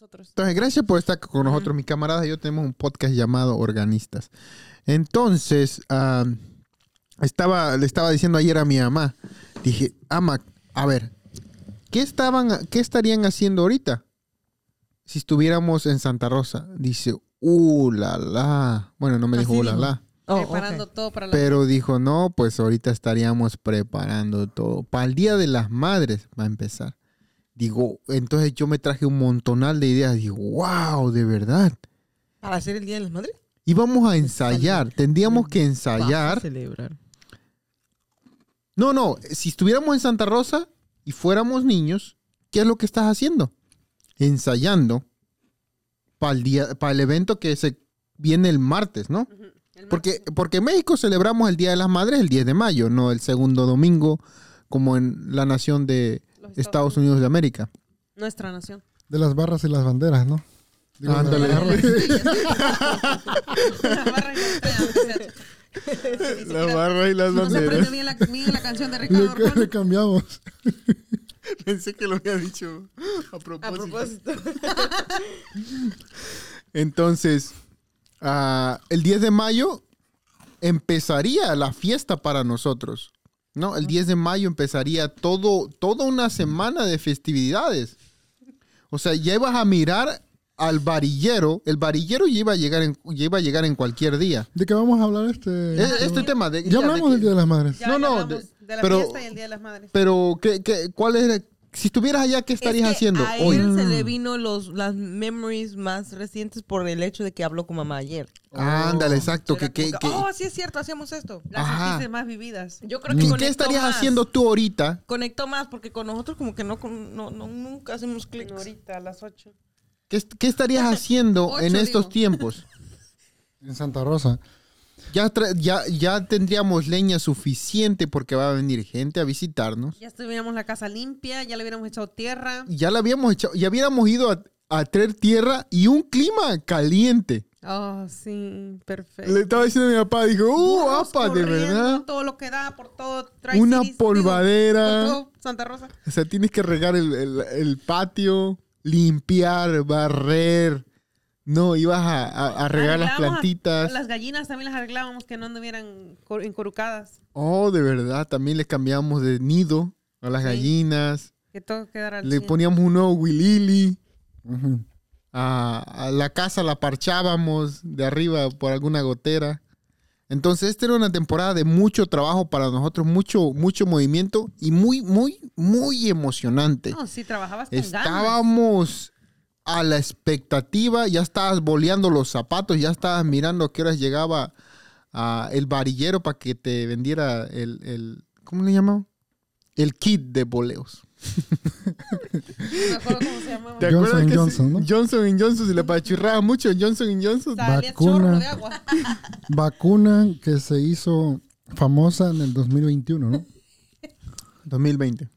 nosotros. Entonces, gracias por estar con nosotros, mis camaradas. Yo tenemos un podcast llamado Organistas. Entonces, ah, estaba, le estaba diciendo ayer a mi mamá, dije, ama, a ver, ¿qué, estaban, ¿qué estarían haciendo ahorita si estuviéramos en Santa Rosa? Dice, uh, la, la. Bueno, no me dijo, Así uh, la, dijo. la. Oh, preparando ok. todo para la. Pero dijo, no, pues ahorita estaríamos preparando todo. Para el Día de las Madres va a empezar. Digo, entonces yo me traje un montonal de ideas. Digo, wow, de verdad. ¿Para hacer el Día de las Madres? Íbamos a ensayar, tendríamos que Para ensayar. celebrar. No, no, si estuviéramos en Santa Rosa y fuéramos niños, ¿qué es lo que estás haciendo? Ensayando para el, día, para el evento que se viene el martes, ¿no? El mar- Porque, porque en México celebramos el Día de las Madres el 10 de mayo, no el segundo domingo, como en la nación de los Estados Unidos de América. Nuestra nación. De las barras y las banderas, ¿no? Digo, de Ah, Ándale. las barras. La barra y los pedacitos. Ni siquiera- barra y las No se aprendió bien la, bien la canción Ah, de Ricardo Le, Arjona. le cambiamos. Pensé que lo había dicho A propósito. Entonces, ah, el 10 de mayo empezaría la fiesta para nosotros. ¿No? El 10 de mayo empezaría todo, toda una semana de festividades. O sea, ya ibas a mirar al varillero. El varillero ya iba a llegar en, ya iba a llegar en cualquier día. ¿De qué vamos a hablar este? E- Este tema de. ya de hablamos que- del Día de las Madres. Ya No, no, hablamos de- de la pero- fiesta y el Día de las Madres. Pero, ¿qué, qué- cuál era? Si estuvieras allá, ¿qué estarías Es que haciendo a hoy? él Mm. se le vino los, las memories más recientes por el hecho de que habló con mamá ayer. Ándale, exacto. Era Que, que- como que, que- Oh, sí es cierto, hacíamos esto. Las Ajá. sentiste más vividas. Yo creo ¿Qué, que qué conectó estarías más. haciendo tú ahorita? Conectó más porque con nosotros como que no, con- no, no- nunca hacemos clic. Ahorita, a las 8. ¿Qué, est- qué estarías haciendo Ocho, en estos digo. tiempos? En Santa Rosa. Ya, tra- ya, ya tendríamos leña suficiente porque va a venir gente a visitarnos. Ya estuviéramos la casa limpia, ya le hubiéramos echado tierra. Ya la habíamos echado, ya hubiéramos ido a, a traer tierra y un clima caliente. Oh, sí, perfecto. Le estaba diciendo a mi papá, dijo, uh, Burros apa, de corriendo, verdad. Todo lo que da por todo. Tri Una Cities, polvadera. digo, por todo Santa Rosa. O sea, tienes que regar el, el- el patio, limpiar, barrer. No, ibas a, a- a regar las Arreglábamos a- plantitas. Las gallinas también las arreglábamos que no anduvieran cor- encorucadas. Oh, de verdad, también le cambiamos de nido a las Sí. gallinas. Que todo quedara al Le 100. poníamos un nuevo Willy. Ujú. a, a la casa la parchábamos de arriba por alguna gotera. Entonces, esta era una temporada de mucho trabajo para nosotros, mucho, mucho movimiento y muy, muy, muy emocionante. No, sí, trabajabas con ganas. Estábamos a la expectativa, ya estabas boleando los zapatos, ya estabas mirando a qué horas llegaba ah, el varillero para que te vendiera el, el- ¿cómo le llamamos? El kit de boleos. No me acuerdo cómo se llamaba. ¿Te Johnson acuerdas que Johnson, si- ¿no? Johnson Johnson, si le apachurraba mucho en Johnson Johnson, Salía Vacuna. chorro de agua. Vacuna que se hizo famosa en el 2021, ¿no? 2020.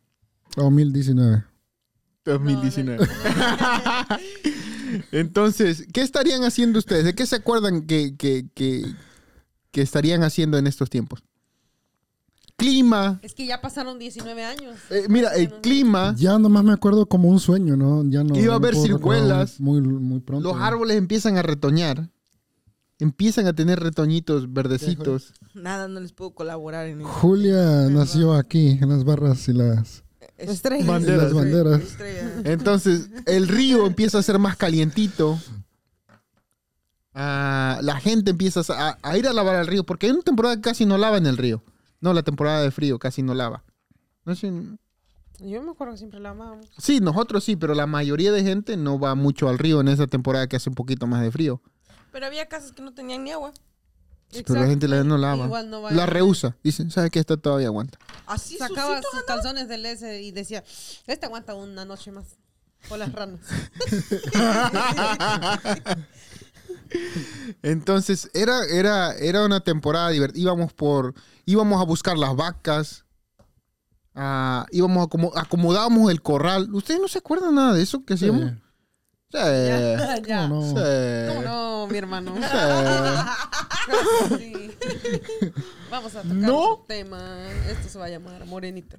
2019. 2019. Entonces, ¿qué estarían haciendo ustedes? ¿De qué se acuerdan que, que, que, que estarían haciendo en estos tiempos? Clima. Es que ya pasaron 19 años. Eh, mira, el clima, Ya nomás me acuerdo como un sueño, ¿no? Ya no. Ah. Iba a ya no haber puedo recordar ciruelas. Muy, muy pronto. los árboles empiezan a retoñar. Empiezan a tener retoñitos verdecitos. Nada, no les puedo colaborar en eso. Julia nació aquí, en las barras y las, Estrellas. y las Banderas. banderas. Estrellas. Entonces, el río empieza a ser más calientito. Ah, la gente empieza a, a ir a lavar al río, porque hay una temporada que casi no lava en el río. No, la temporada de frío casi no lava. No sé, Yo me acuerdo que siempre la amábamos. sí, nosotros sí, pero la mayoría de gente no va mucho al río en esa temporada que hace un poquito más de frío. Pero había casas que no tenían ni agua. Pero la Exacto. gente la- no lava. Igual no va a la ir. rehúsa. Dicen, ¿sabes qué? Esta todavía aguanta. Así Sacaba sucito, sus calzones del S y decía, este aguanta una noche más. O las ranas. Entonces, era, era, era una temporada divertida. Íbamos por. Íbamos a buscar las vacas. ah, íbamos a como- acomodábamos el corral. ¿Ustedes no se acuerdan nada de eso que hacíamos? eh, Sí. ya, Eh, ya. ¿Cómo no? sí, ¿Cómo no, mi hermano? sí. Sí. Vamos a tocar No. otro tema. Esto se va a llamar Morenita.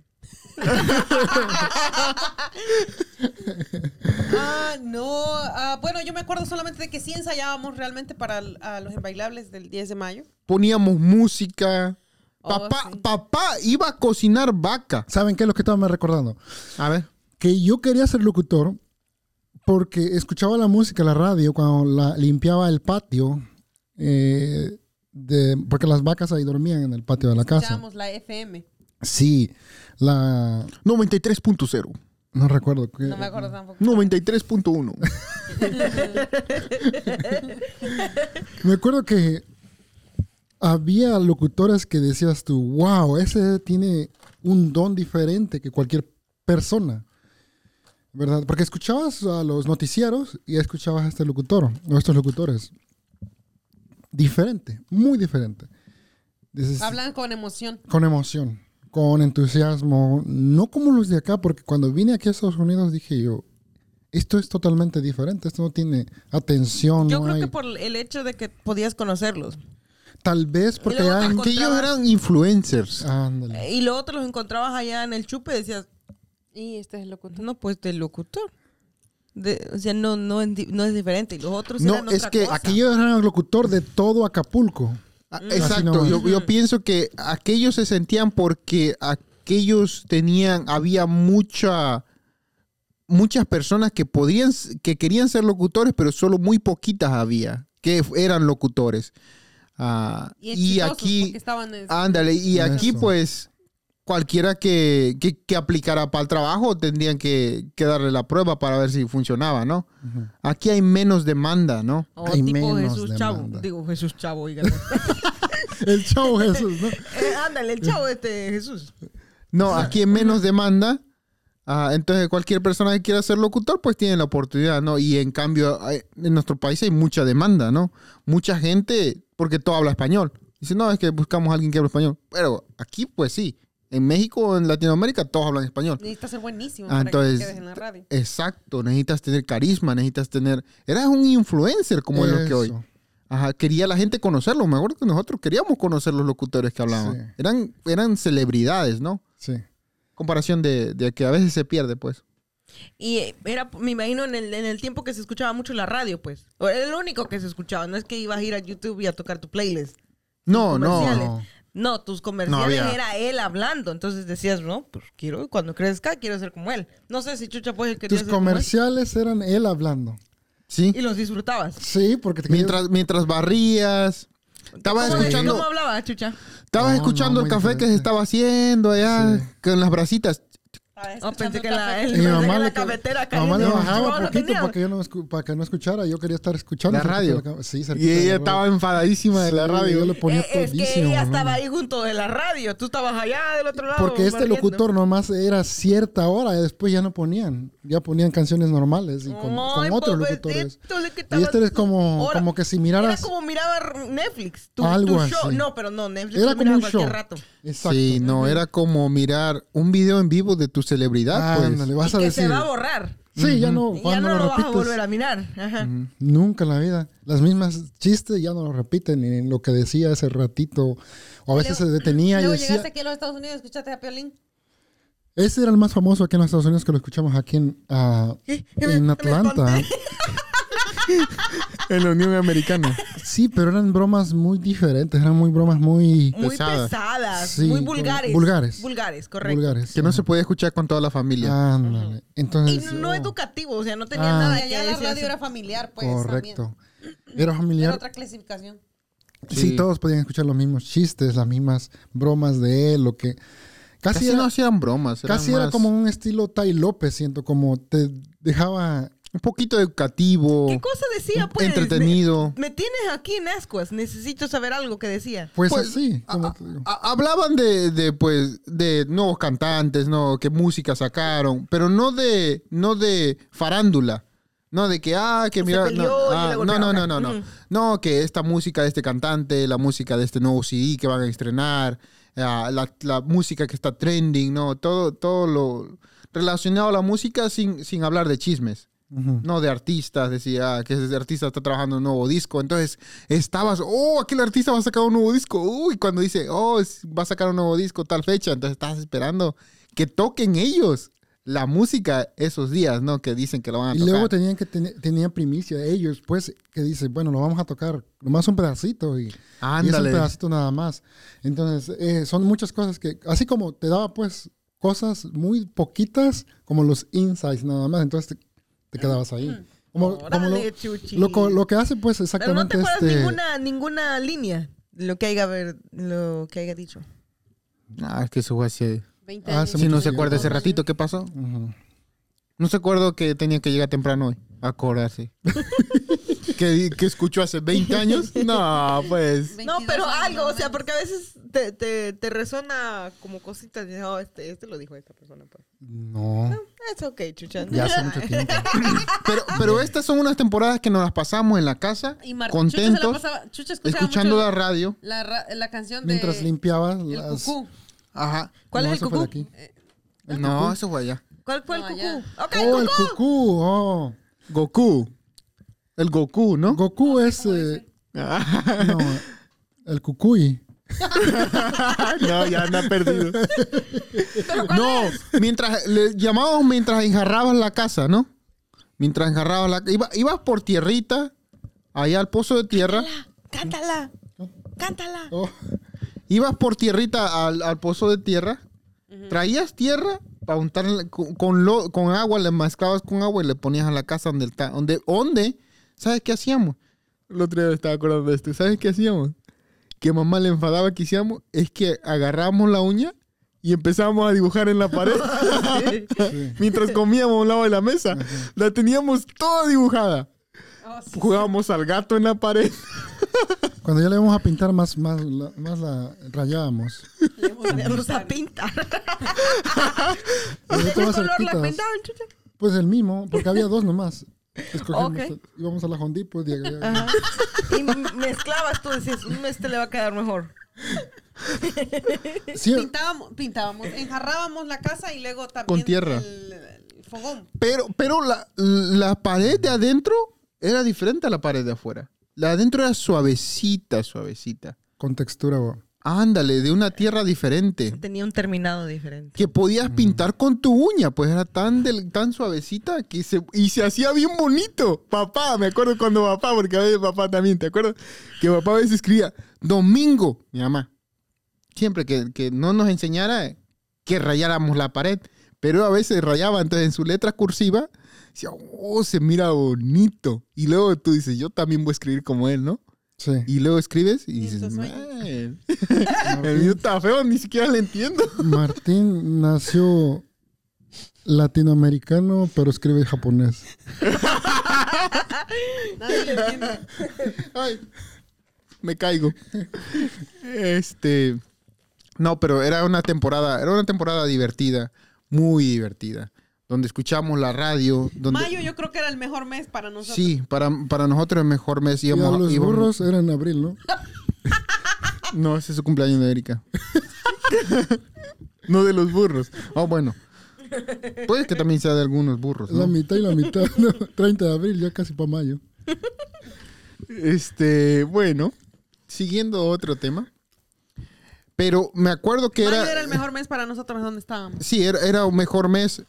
ah, no. Ah, bueno, yo me acuerdo solamente de que sí ensayábamos realmente para el- a los embailables del 10 de mayo. Ah, Poníamos música. Oh, Papá, sí. papá iba a cocinar vaca. ¿Saben qué es lo que estaba me recordando? A ver. Que yo quería ser locutor porque escuchaba la música, la radio, cuando la, limpiaba el patio. eh, de, porque las vacas ahí dormían en el patio de la casa. Escuchábamos la FM. Sí, la... 93.0. No recuerdo. qué- No me acuerdo tampoco. 93.1. Me acuerdo que había locutores que decías tú, wow, ese tiene un don diferente que cualquier persona. ¿Verdad? Porque escuchabas a los noticieros y escuchabas a este locutor, o estos locutores. Diferente, muy diferente. Dices, Hablan con emoción. con emoción, con entusiasmo, no como los de acá, porque cuando vine aquí a Estados Unidos dije yo, esto es totalmente diferente, esto no tiene atención. Yo no creo hay- que por el hecho de que podías conocerlos. Tal vez porque luego te hay- Que ellos eran influencers. Ándale. Eh, Y luego te los encontrabas allá en el chupe y decías, Y este es el locutor. no, pues del locutor. De- o sea, no, no, en di- no es diferente. Y los otros No, eran es otra que cosa. Aquellos eran el locutor de todo Acapulco. Ah, Así Exacto, nomás. yo, yo pienso que aquellos se sentían porque aquellos tenían, había mucha, muchas personas que podrían, s- que querían ser locutores, pero solo muy poquitas había que f- eran locutores. Ah, Y, y exitosos, aquí, porque estaban en- ándale, y aquí Eso. pues cualquiera que, que- que aplicara para el trabajo tendrían que, que darle la prueba para ver si funcionaba, ¿no? Aquí hay menos demanda, ¿no? O Hay tipo menos Jesús Chavo. demanda. Digo, Jesús Chavo, oiga. El chavo Jesús, ¿no? Eh, ándale, el chavo este Jesús. No, aquí en menos demanda. ah, entonces cualquier persona que quiera ser locutor pues tiene la oportunidad, ¿no? Y en cambio hay- en nuestro país hay mucha demanda, ¿no? Mucha gente, porque todo habla español. Dice, no, es que buscamos a alguien que hable español. Pero aquí pues sí. En México, en Latinoamérica, todos hablan español. Necesitas ser buenísimo Ah, para entonces- que te quedes en la radio. Exacto, necesitas tener carisma, necesitas tener... Eras un influencer como de los que hoy. Eso. Ajá, quería la gente conocerlos. Me acuerdo que nosotros queríamos conocer los locutores que hablaban. Sí. Eran, eran celebridades, ¿no? Sí. Comparación de, de que a veces se pierde, pues. Y eh, era, me imagino, en el, en el tiempo que se escuchaba mucho la radio, pues. O era el único que se escuchaba. No es que ibas a ir a YouTube y a tocar tu playlist. No, no, comerciales. no. No, tus comerciales No había. era él hablando. Entonces decías, no, pues quiero, cuando crezca, quiero ser como él. No sé si Chucha pues quería ser Tus como él. comerciales eran él hablando. Sí. Y los disfrutabas. Sí, porque te Mientras, mientras barrías. Estabas ¿Cómo, escuchando, ¿Cómo hablaba Chucha? estabas No, escuchando no, el muy café que se diferente. estaba haciendo allá Sí. con las bracitas. Oh, pensé que la la, él, Mi pensé mamá que le la ca- cafetera mi mamá le cayendo. bajaba Yo un no poquito tenía. para que, yo no escu- para que no escuchara. Yo quería estar escuchando. La radio. cerquita de la ca- sí, Y cerquita de la ella radio. estaba enfadadísima de la Sí, radio. Yo le ponía Eh, es que todísimo, ella ¿no? estaba ahí junto de la radio. Tú estabas allá del otro lado. Porque este barriendo. locutor nomás era cierta hora y después ya no ponían. Ya ponían canciones normales y con, con Ay, otros pobrecito, locutores. le quitaba Y este es su como, hora. como que si Era miraras. como miraba Netflix. Tu, Algo tu show. así. No, pero no, Netflix. Era lo como un miraba cualquier show. rato. Exacto. Sí, no, era como mirar un video en vivo de tu celebridad, pues. Ah, Ándale, vas y a que decir. se va a borrar. Sí, ya no, Y ya cuando no lo, vas a repites, volver a mirar. Ajá. Nunca en la vida. Las mismas chistes ya no lo repiten, ni lo que decía hace ratito. O a veces se detenía y Luego decía. llegaste aquí a los Estados Unidos, escuchaste a Piolín. Ese era el más famoso aquí en los Estados Unidos que lo escuchamos aquí en, ah, ¿Qué? en Me Atlanta. En la Unión Americana. Sí, pero eran bromas muy diferentes, eran muy bromas muy Muy Pesada. pesadas, Sí, muy como- vulgares. vulgares. Vulgares, correcto. vulgares. Que no se podía escuchar con toda la Ah, familia. Ándale. Y Entonces, no educativo, o sea, no tenía Ah. nada Y que allá la decir. radio era familiar, pues. correcto. También. Era Era familiar. otra clasificación. Sí. Sí. todos podían escuchar los mismos chistes, las mismas bromas de él, lo que... Casi, Casi, era, no hacían bromas. eran casi era más- como un estilo Tai López, siento, como te dejaba... un poquito Oh, educativo, ¿Qué cosa decía, pues? entretenido. Me, me tienes aquí en ascuas, necesito saber algo que decía. Pues, Pues, así, como a- te digo. a- hablaban de, de, pues de nuevos cantantes, no, qué música sacaron, pero no de no de farándula. No, de que, ah, que mira, peleó no, y ah, le no, golpearon. no, no, no, no. Ujú. No, que esta música de este cantante, la música de este nuevo CD que van a estrenar, ah, la, la música que está trending, no, todo, todo lo relacionado a la música sin, sin hablar de chismes. Ujú. No, de artistas, decía que ese artista está trabajando en un nuevo disco. Entonces estabas, oh, aquel artista va a sacar un nuevo disco. Uy, cuando dice, oh, es- va a sacar un nuevo disco tal fecha, entonces estás esperando que toquen ellos la música esos días, ¿no? Que dicen que lo van a Y tocar. luego tenían que tener- tenían primicia ellos, pues, que dicen, bueno, lo vamos a tocar, nomás un pedacito y, y es un Ándale. pedacito nada más. Entonces, eh, son muchas cosas que, así como te daba, pues, cosas muy poquitas, como los insights nada más, entonces te, te quedabas ahí. Como, como lo, Órale, chuchi. lo co- lo que hace, pues, Pero no te exactamente acuerdas este... ninguna, ninguna línea de lo que haya, haber- lo que haya dicho. Ah, es que eso fue hace... 20 Ah, años. hace Si no mucho se acuerda ese ratito, ¿qué pasó? Ujú. No se acuerdo que tenía que llegar temprano hoy. Acordarse. ¿Que, que escuchó hace 20 años? No, pues... No, 22 pero años, algo, o sea, menos. porque a veces te, te, te resona como cositas. de, "Oh, este, este lo dijo esta persona, pues. No. Es ok, chucha. Ya hace mucho tiempo. Pero, pero estas son unas temporadas que nos las pasamos en la casa, Y Mar- Chucha, se la contentos, pasaba- Chucha escuchaba escuchando mucho la radio. la, ra- la canción de... Mientras limpiabas El las... cucú. Ajá. ¿Cuál No, es el eso fue de cucú? aquí. No, eso fue allá. ¿Cuál fue el No, cucú? ya. Ok, Oh, el cucú. cucú, oh. Goku. El Goku, ¿no? Ah. Goku es... eh, no, el cucuy. no, ya anda perdido. No, mientras le llamábamos mientras enjarrabas la casa, ¿no? Mientras enjarrabas la casa. ibas por tierrita, allá al pozo de tierra. Cántala. Cántala. Oh. ibas por tierrita al, al pozo de tierra, traías tierra para untar con, con lo- con agua, le mezclabas con agua y le ponías a la casa donde está, donde, donde, ¿sabes qué hacíamos? El otro día me estaba acordando de esto, ¿sabes qué hacíamos? Que mamá le enfadaba que hacíamos, es que agarrábamos la uña y empezábamos a dibujar en la pared mientras comíamos a un lado de la mesa. La teníamos toda dibujada. Oh, sí. Jugábamos al gato en la pared. Cuando ya le íbamos a pintar más, más, la, más la rayábamos. Le voy a dar Vamos a un pintar. Y ¿De yo qué estaba color la cerquitas. pintaban, chucha? Pues el mismo, porque había dos nomás. Escogimos, Ok. íbamos a la Hondí, pues y agregamos. Y mezclabas tú, decías, "Mm, este le va a quedar mejor. Sí, Pintábamos, pintábamos, enjarrábamos la casa y luego también Con tierra. El, el fogón. Pero, pero la, la pared de adentro era diferente a la pared de afuera. La de adentro era suavecita, suavecita. con textura, bo. Ándale, de una tierra diferente. Tenía un terminado diferente. Que podías pintar con tu uña, pues era tan, del- tan suavecita que se, y se hacía bien bonito. Papá, me acuerdo cuando papá, porque a veces papá también, ¿te acuerdas? Que papá a veces escribía, domingo, mi mamá. Siempre que, que no nos enseñara que rayáramos la pared, pero a veces rayaba, entonces en su letra cursiva, decía, oh, se mira bonito. Y luego tú dices, yo también voy a escribir como él, ¿no? Sí. Y luego escribes y Eso dices, sueño. "Man, el mío está feo, ni siquiera le entiendo. Martín nació latinoamericano, pero escribe japonés. Nadie le entiende. Ay, me caigo. Este. No, pero era una temporada, era una temporada divertida, muy divertida, donde escuchamos la radio, donde Mayo yo creo que era el mejor mes para nosotros. sí, para, para nosotros el mejor mes Y a íbamos los íbamos- burros era en abril, ¿no? No, ese es su cumpleaños de Erika. no de los burros. Oh, bueno. Puede que también sea de algunos burros, La ¿no? mitad y la mitad, ¿no? 30 de abril, ya casi para mayo. Este, bueno, siguiendo otro tema. Pero me acuerdo que Mayo era era el mejor mes para nosotros donde estábamos. Sí, era, era un mejor mes.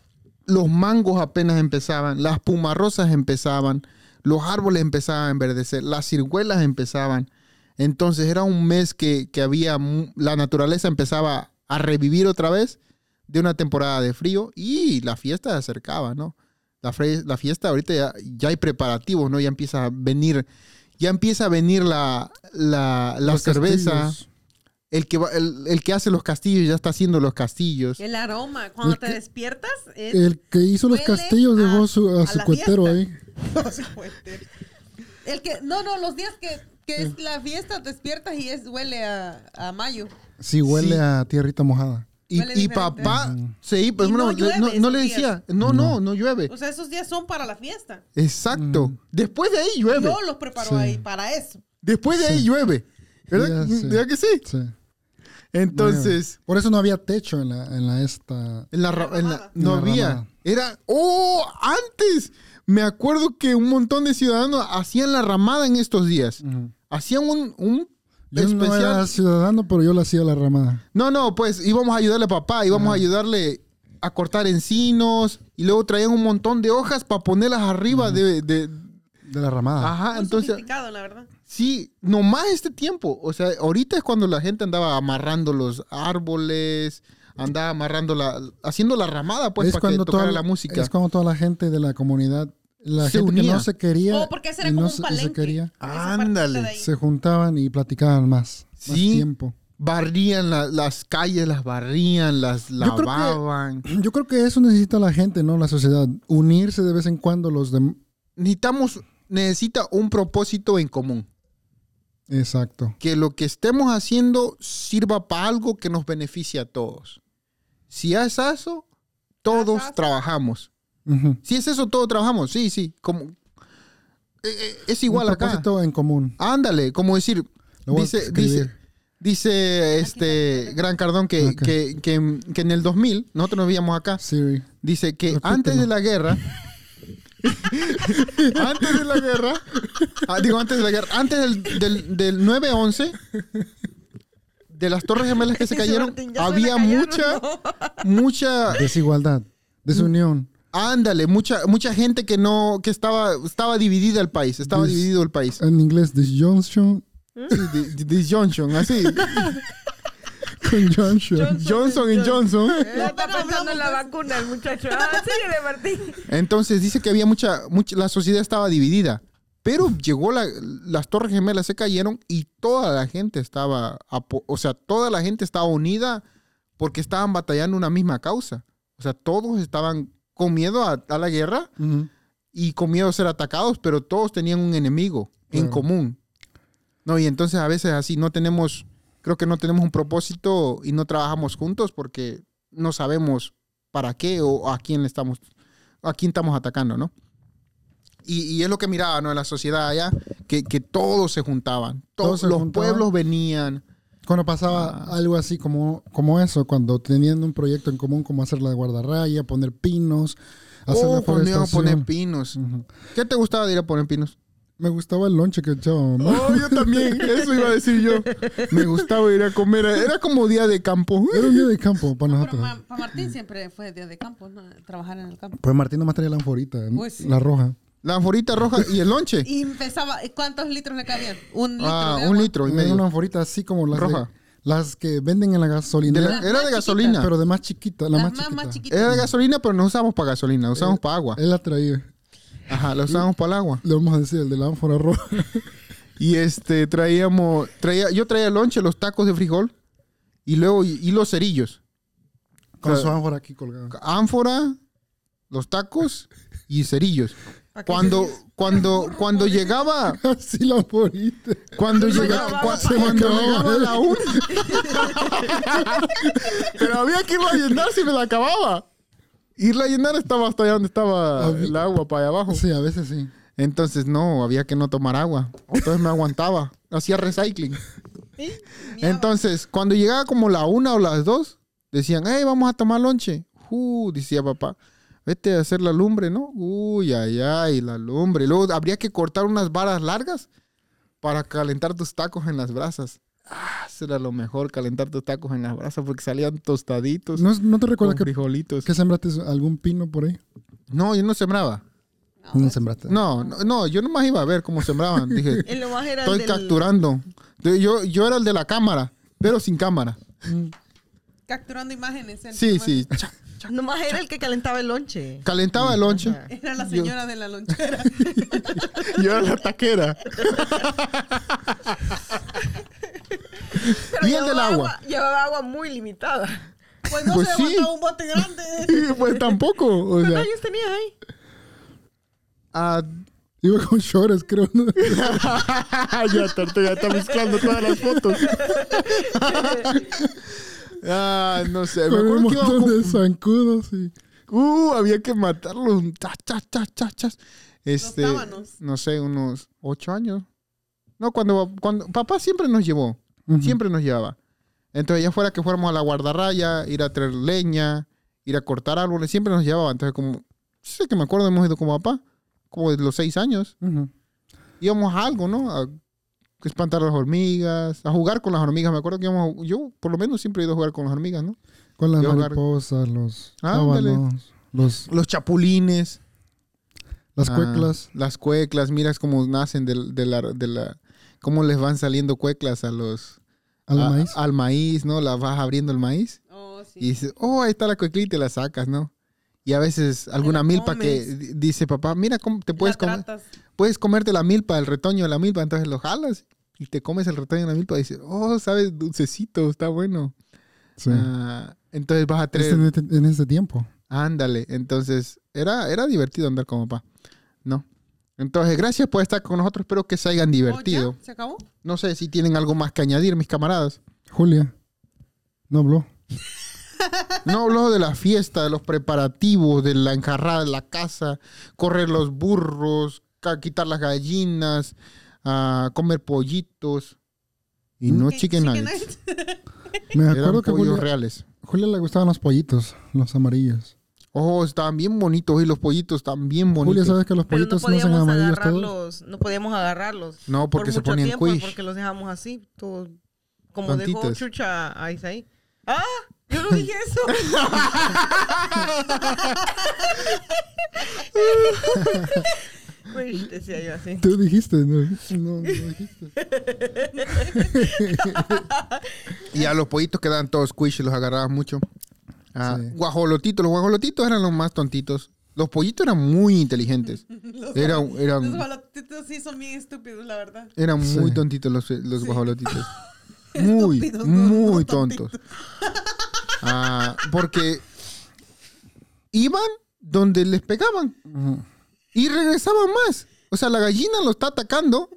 Los mangos apenas empezaban, las pumarrosas empezaban, los árboles empezaban a enverdecer, las ciruelas empezaban. Entonces era un mes que, que había, mu- la naturaleza empezaba a revivir otra vez de una temporada de frío y la fiesta se acercaba, ¿no? La, fre- la fiesta ahorita ya, ya hay preparativos, ¿no? Ya empieza a venir, ya empieza a venir la, la, la Los cerveza. castillos. El que, va- el, el que hace los castillos ya está haciendo los castillos. El aroma, cuando El te que- despiertas, es El que hizo los Huele castillos dejó a- su, a a su la cuetero ahí. fiesta. El que, no, no, los días que, que es la fiesta, despiertas y es huele a, a mayo. Sí, huele Sí. a tierrita mojada. Y, Huele y diferente. papá, Mm. sí, pues Y no, no le- llueve no- no esos le días. decía, no, no, no, llueve. O sea, esos días son para la fiesta. Exacto. Mm. Después de ahí llueve. Yo los preparo Sí. ahí para eso. Después de ahí llueve. ¿Verdad? Ya sé. ¿Verdad que sí? Sí. Entonces, Por eso no había techo en la, en la esta. en la, ra- en la- ramada. no En la había. ramada. Era, oh, antes. Me acuerdo que un montón de ciudadanos hacían la ramada en estos días. Ujú. Hacían un, un Yo no era ciudadano, pero yo la hacía la ramada. No, no, pues íbamos a ayudarle a papá, íbamos a ayudarle a cortar encinos y luego traían un montón de hojas para ponerlas arriba de, de- De la ramada. Ajá, Muy entonces, sofisticado, la verdad. sí, nomás este tiempo, o sea, ahorita es cuando la gente andaba amarrando los árboles, andaba amarrando la, haciendo la ramada, pues, es para que cuando tocara toda la música. Es cuando toda la gente de la comunidad, la Se gente que unía. no se quería. Oh, porque ese era y como no un se- y se palenque. quería, Esa partita Ándale. de ahí. se juntaban y platicaban más. más Sí. tiempo. Barrían la- las calles, las barrían, las creo que- lavaban. Yo creo que eso necesita la gente, ¿no? La sociedad. Unirse de vez en cuando los demás. Necesitamos, necesita un propósito en común. Exacto. que lo que estemos haciendo sirva para algo que nos beneficie a todos. Si es eso, todos Haz eso. trabajamos. Ujú. Si es eso, todos trabajamos. Sí, sí. Como, eh, eh, es igual Un acá. propósito en común. Ándale, como decir, Lo voy a dice, escribir. dice, dice este Gran Cardón que, Ok. que- que- que en el 2000, nosotros nos veíamos acá, Siri. dice que Repítelo. antes de la guerra, antes de la guerra, ah, digo antes de la guerra, antes del, del, del 9-11, de las Torres Gemelas que se cayeron, Martín, ya se había le cayeron, mucha, ¿no? mucha, Desigualdad. Desunión. ándale, mucha, mucha gente que no, que estaba, estaba dividida el país, estaba Dis- dividido el país. En inglés, disjunction. Sí, di- di- Disjunction, así. Conjunction. Johnson y Johnson. Eh, Está Pero pensando hablamos en la de- vacuna el muchacho. Ah, síguele, Martín. Entonces dice que había mucha, mucha- la sociedad estaba dividida, pero llegó la- las Torres Gemelas se cayeron y toda la gente estaba, apo- o sea, toda la gente estaba unida porque estaban batallando una misma causa. O sea, todos estaban con miedo a, a la guerra Ujú. y con miedo a ser atacados, pero todos tenían un enemigo en Claro. común. No, y entonces a veces así no tenemos, creo que no tenemos un propósito y no trabajamos juntos porque no sabemos para qué o a quién le estamos, a quién estamos atacando, ¿no? Y, y es lo que miraba, ¿no? En la sociedad allá, que, que todos se juntaban, todos Todos se los juntaban. pueblos venían. Cuando pasaba Ah. algo así como, como eso, cuando tenían un proyecto en común como hacer la guardarraya, poner pinos, hacer Oh, la cuando iban a forestación. poner pinos. Ujú. ¿Qué te gustaba de ir a poner pinos? Me gustaba el lonche que echaba mamá. Oh, yo también, eso iba a decir yo. Me gustaba ir a comer, era como día de campo. Era un día de campo para Pero nosotros. para Martín siempre fue día de campo, ¿no? trabajar en el campo. Pues Martín nomás traía la anforita, Pues sí. la roja. La anforita roja y el lonche. Y empezaba, ¿cuántos litros le cabían? Un litro. ah, de un agua. litro y Era medio. una anforita así como las, de- Roja. las que venden en la De la- gasolinera, era más de chiquita, gasolina. pero de más chiquita, la Las más más, chiquita. más chiquitas. Era de gasolina, pero no usamos para gasolina, usamos para agua. Él la traía. Ajá, la usamos para el agua. Le vamos a decir, el de la ánfora roja. Y este, traíamos, traía, yo traía lonche, los tacos de frijol y luego, y, y los cerillos. Con Claro. su ánfora aquí colgada. Ánfora, los tacos y cerillos. ¿Para qué Cuando, cuando, cuando llegaba, Así la anforita. Cuando Bueno, llegaba, vamos, cua- vamos. cuando Se me acabó. llegaba la una. Pero había que irla a llenar si me la acababa. Irla a llenar estaba hasta allá donde estaba Había- el agua, para allá abajo. Sí, a veces sí. Entonces, no, había que no tomar agua. Entonces me aguantaba. Hacía recycling. Entonces, cuando llegaba como la una o las dos, decían, hey, vamos a tomar lonche. Uh, decía papá, vete a hacer la lumbre, ¿no? Uy, ay, ay, la lumbre. Luego habría que cortar unas varas largas para calentar tus tacos en las brasas. Ah, eso era lo mejor, calentar tus tacos en las brasas porque salían tostaditos ¿No, no te con recuerdas que, frijolitos. que sembraste algún pino por ahí? No, yo no sembraba. No, sembraste. No, no, no, yo nomás iba a ver cómo sembraban. Dije, Y lo más era el estoy del- capturando. Yo, yo era el de la cámara, pero sin cámara. Capturando imágenes. él, Sí, nomás. sí, Nomás era el que calentaba el lonche. Calentaba el lonche. Ajá. Era la señora de la lonchera. Yo era la taquera. Pero Y el del llevaba agua. Llevaba agua muy limitada. Pues no Pues se sí. levantaba un bote grande. Y, pues tampoco. O ¿Cuántos sea, años tenías ahí? ah, Iba con shorts, creo. ¿no? ya, está, ya está mezclando todas las fotos. ah, no sé. Me con un acuerdo que iba montón con- de zancudos y... Uh, había que matarlos. Chas, chas, chas, chas, chas. Este, tábanos. no sé, unos ocho años. No, cuando, cuando papá siempre nos llevó, Ujú. siempre nos llevaba. Entonces, ya fuera que fuéramos a la guardarraya, ir a traer leña, ir a cortar árboles, siempre nos llevaban. Entonces, como, sé que me acuerdo, hemos ido como papá, como de los seis años, Ujú. íbamos a algo, ¿no? A espantar a las hormigas, a jugar con las hormigas. Me acuerdo que íbamos, a- yo por lo menos siempre he ido a jugar con las hormigas, ¿no? Con las Yo agarro- mariposas, los Ándale. sábanos, los, Los chapulines. las Ah, cueclas. Las cueclas, miras cómo nacen del- de, la, de la... Cómo les van saliendo cueclas a los... ¿Al a- maíz? Al maíz, ¿no? Las vas abriendo el maíz. Oh, sí. Y dices, oh, ahí está la cueclita y te la sacas, ¿no? Y a veces alguna milpa que comes. di- dice, papá, mira cómo te puedes La comer. tratas. Oh, Puedes comerte la milpa, el retoño de la milpa. Entonces lo jalas y te comes el retoño de la milpa. Y dices, oh, sabes, dulcecito, está bueno. Sí. Ah, entonces vas a Es traer... en, este, en este tiempo. Ándale, entonces era, era divertido andar con papá, ¿no? Entonces, gracias por estar con nosotros, espero que se hayan divertido. Pues Oh, ¿ya? ¿Se acabó? No sé si tienen algo más que añadir, mis camaradas. Julia, no habló. No hablo de la fiesta, de los preparativos, de la enjarrada de la casa, correr los burros, ca- quitar las gallinas, ah, comer pollitos. Y no ¿Qué? chicken nuggets. Me Eran acuerdo que pollos Julia, reales. Julia le gustaban los pollitos, los amarillos. Oh, estaban bien bonitos y los pollitos estaban bien Julia, bonitos. ¿sabes que los Pero no pollitos no, son podíamos amarillos todos? agarrarlos. No podíamos agarrarlos. No, porque por se mucho ponían tiempo, quish. Porque los dejamos así, todos. Como dejó Tontitos. Chucha a Isaí. ¡Ah! Yo no dije eso. Pues decía yo así. Tú dijiste, no, no, no dijiste. Y a los pollitos quedaban todos squish y los agarrabas mucho. Ah, Sí. Guajolotitos, los guajolotitos eran los más tontitos. Los pollitos eran muy inteligentes. Los- Eran, Los eran, balotitos sí son bien estúpidos, la verdad. eran Sí. muy tontitos los, los guajolotitos. Muy, Estúpidos, no- muy no tontitos. tontos. Ah, porque iban donde les pegaban Ujú. y regresaban más. O sea, la gallina lo está atacando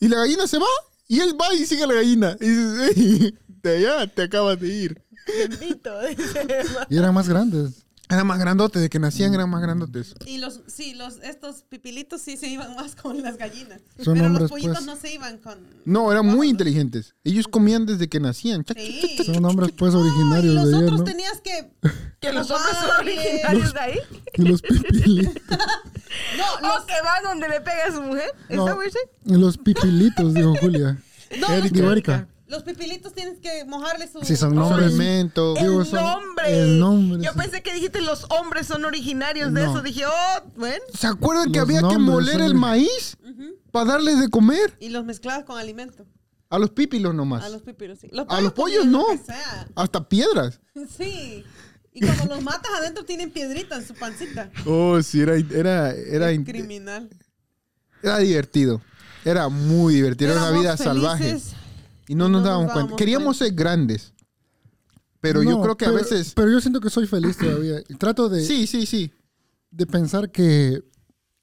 y la gallina se va y él va y sigue a la gallina. Y dices, "Ey, de allá te acabas de ir. Bendito. dice. Y eran más grandes. Eran más grandotes, de que nacían eran más grandotes. Y los, sí, los, estos pipilitos sí se iban más con las gallinas. Son pero hombres, los pollitos pues. no se iban con. No, eran muy inteligentes. Ellos comían desde que nacían. Chac, chac, Sí. Son hombres pues y originarios los de allá, otros ¿no? tenías que. Que los hombres son Madre. originarios de ahí. Y los pipili- No, los- O que va donde le pega a su mujer. ¿Está no, weird? y los pipilitos, dijo Julia. No, Erika. Digo, Erika. los pipilitos tienes que mojarle su. Sí, son chac. hombres. Alimento. Eh, Digo, El son- nombre. el nombre, Yo sí. pensé que dijiste los hombres son originarios de No. eso. Dije, oh, bueno. ¿Se acuerdan que Los había que nombres, moler el hombre. maíz para darles de comer? Y los mezclabas con alimento. A los pípilos nomás. A los pipilos, sí. Ah, A los pollos, comían no. lo que sea. Hasta piedras. Sí. Y cuando los matas adentro tienen piedrita en su pancita. Oh, sí, era, era, era, Es criminal. era divertido. Era muy divertido. Era una Éramos vida salvaje. felices. Y no nos no nos dábamos cuenta. dábamos Queríamos ser grandes. Pero yo No, creo que a pero- veces... Pero yo siento que soy feliz todavía. Y Trato de, Sí, sí, sí. de pensar que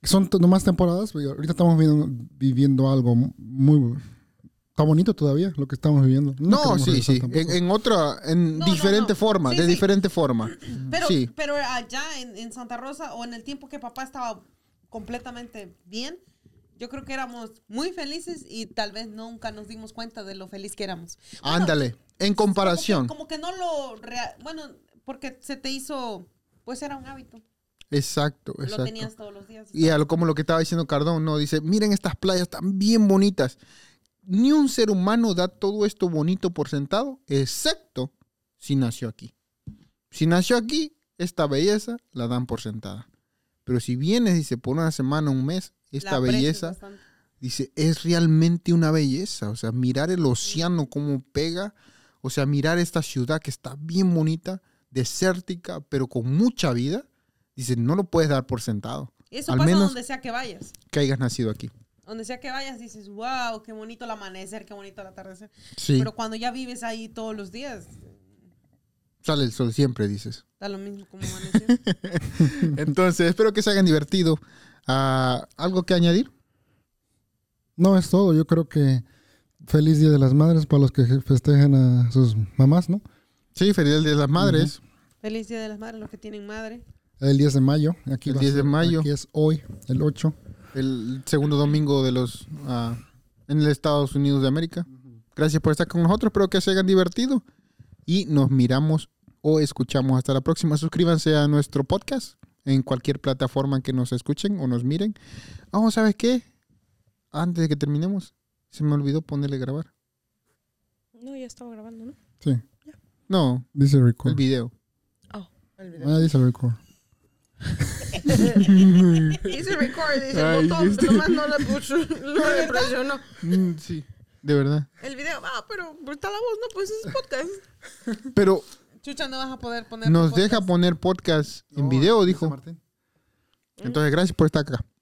son to- nomás temporadas. porque Ahorita estamos viviendo, viviendo algo muy... Está bonito todavía lo que estamos viviendo. No, queremos sí, regresar sí. tampoco. En, en otra, en No, no, diferente no. forma, Sí, de sí. diferente forma. Pero, sí. pero allá en, en Santa Rosa o en el tiempo que papá estaba completamente bien, yo creo que éramos muy felices y tal vez nunca nos dimos cuenta de lo feliz que éramos. Bueno, Ándale. En comparación. Como que, como que no lo... rea- bueno, porque se te hizo... Pues era un hábito. Exacto, Lo exacto. tenías todos los días. Y algo como lo que estaba diciendo Cardón, ¿no? Dice, miren estas playas tan bien bonitas. Ni un ser humano da todo esto bonito por sentado, excepto si nació aquí. Si nació aquí, esta belleza la dan por sentada. Pero si vienes, dice, por una semana, un mes, La esta aprecias belleza bastante. Dice, es realmente una belleza. O sea, mirar el océano como pega. O sea, mirar esta ciudad que está bien bonita, desértica, pero con mucha vida. Dice, no lo puedes dar por sentado. Eso Al pasa menos- donde sea que vayas. Que hayas nacido aquí. Donde sea que vayas dices, wow, qué bonito el amanecer, qué bonito el atardecer. Sí. Pero cuando ya vives ahí todos los días, Sale el sol siempre, dices. da lo mismo como amanecer. Entonces, espero que se hayan divertido. Ah, ¿Algo que añadir? No, es todo. Yo creo que feliz Día de las Madres para los que festejen a sus mamás, ¿no? Sí, feliz Día de las Madres. Feliz Día de las Madres, los que tienen madre. El 10 de mayo. Aquí El va a 10 de ser- mayo. Aquí es hoy, el 8. El segundo domingo de los... ah, en los Estados Unidos de América. Gracias por estar con nosotros. Espero que se hayan divertido. Y nos miramos o escuchamos hasta la próxima. Suscríbanse a nuestro podcast en cualquier plataforma que nos escuchen o nos miren. Oh, ¿sabes qué? Antes de que terminemos, se me olvidó ponerle grabar. No, ya estaba grabando, ¿no? Sí. No, Dice el record. video. Oh, olvidé. Ah, dice record. Hice record, dice Ay, el botón, este- nomás no le puso, no le presionó. Mm, sí, de verdad. El video, ah, pero pero está la voz, no, pues es podcast. Pero Chucha, no vas a poder poner. nos podcast. deja poner podcast en video, dijo. Martín. Entonces, gracias por estar acá.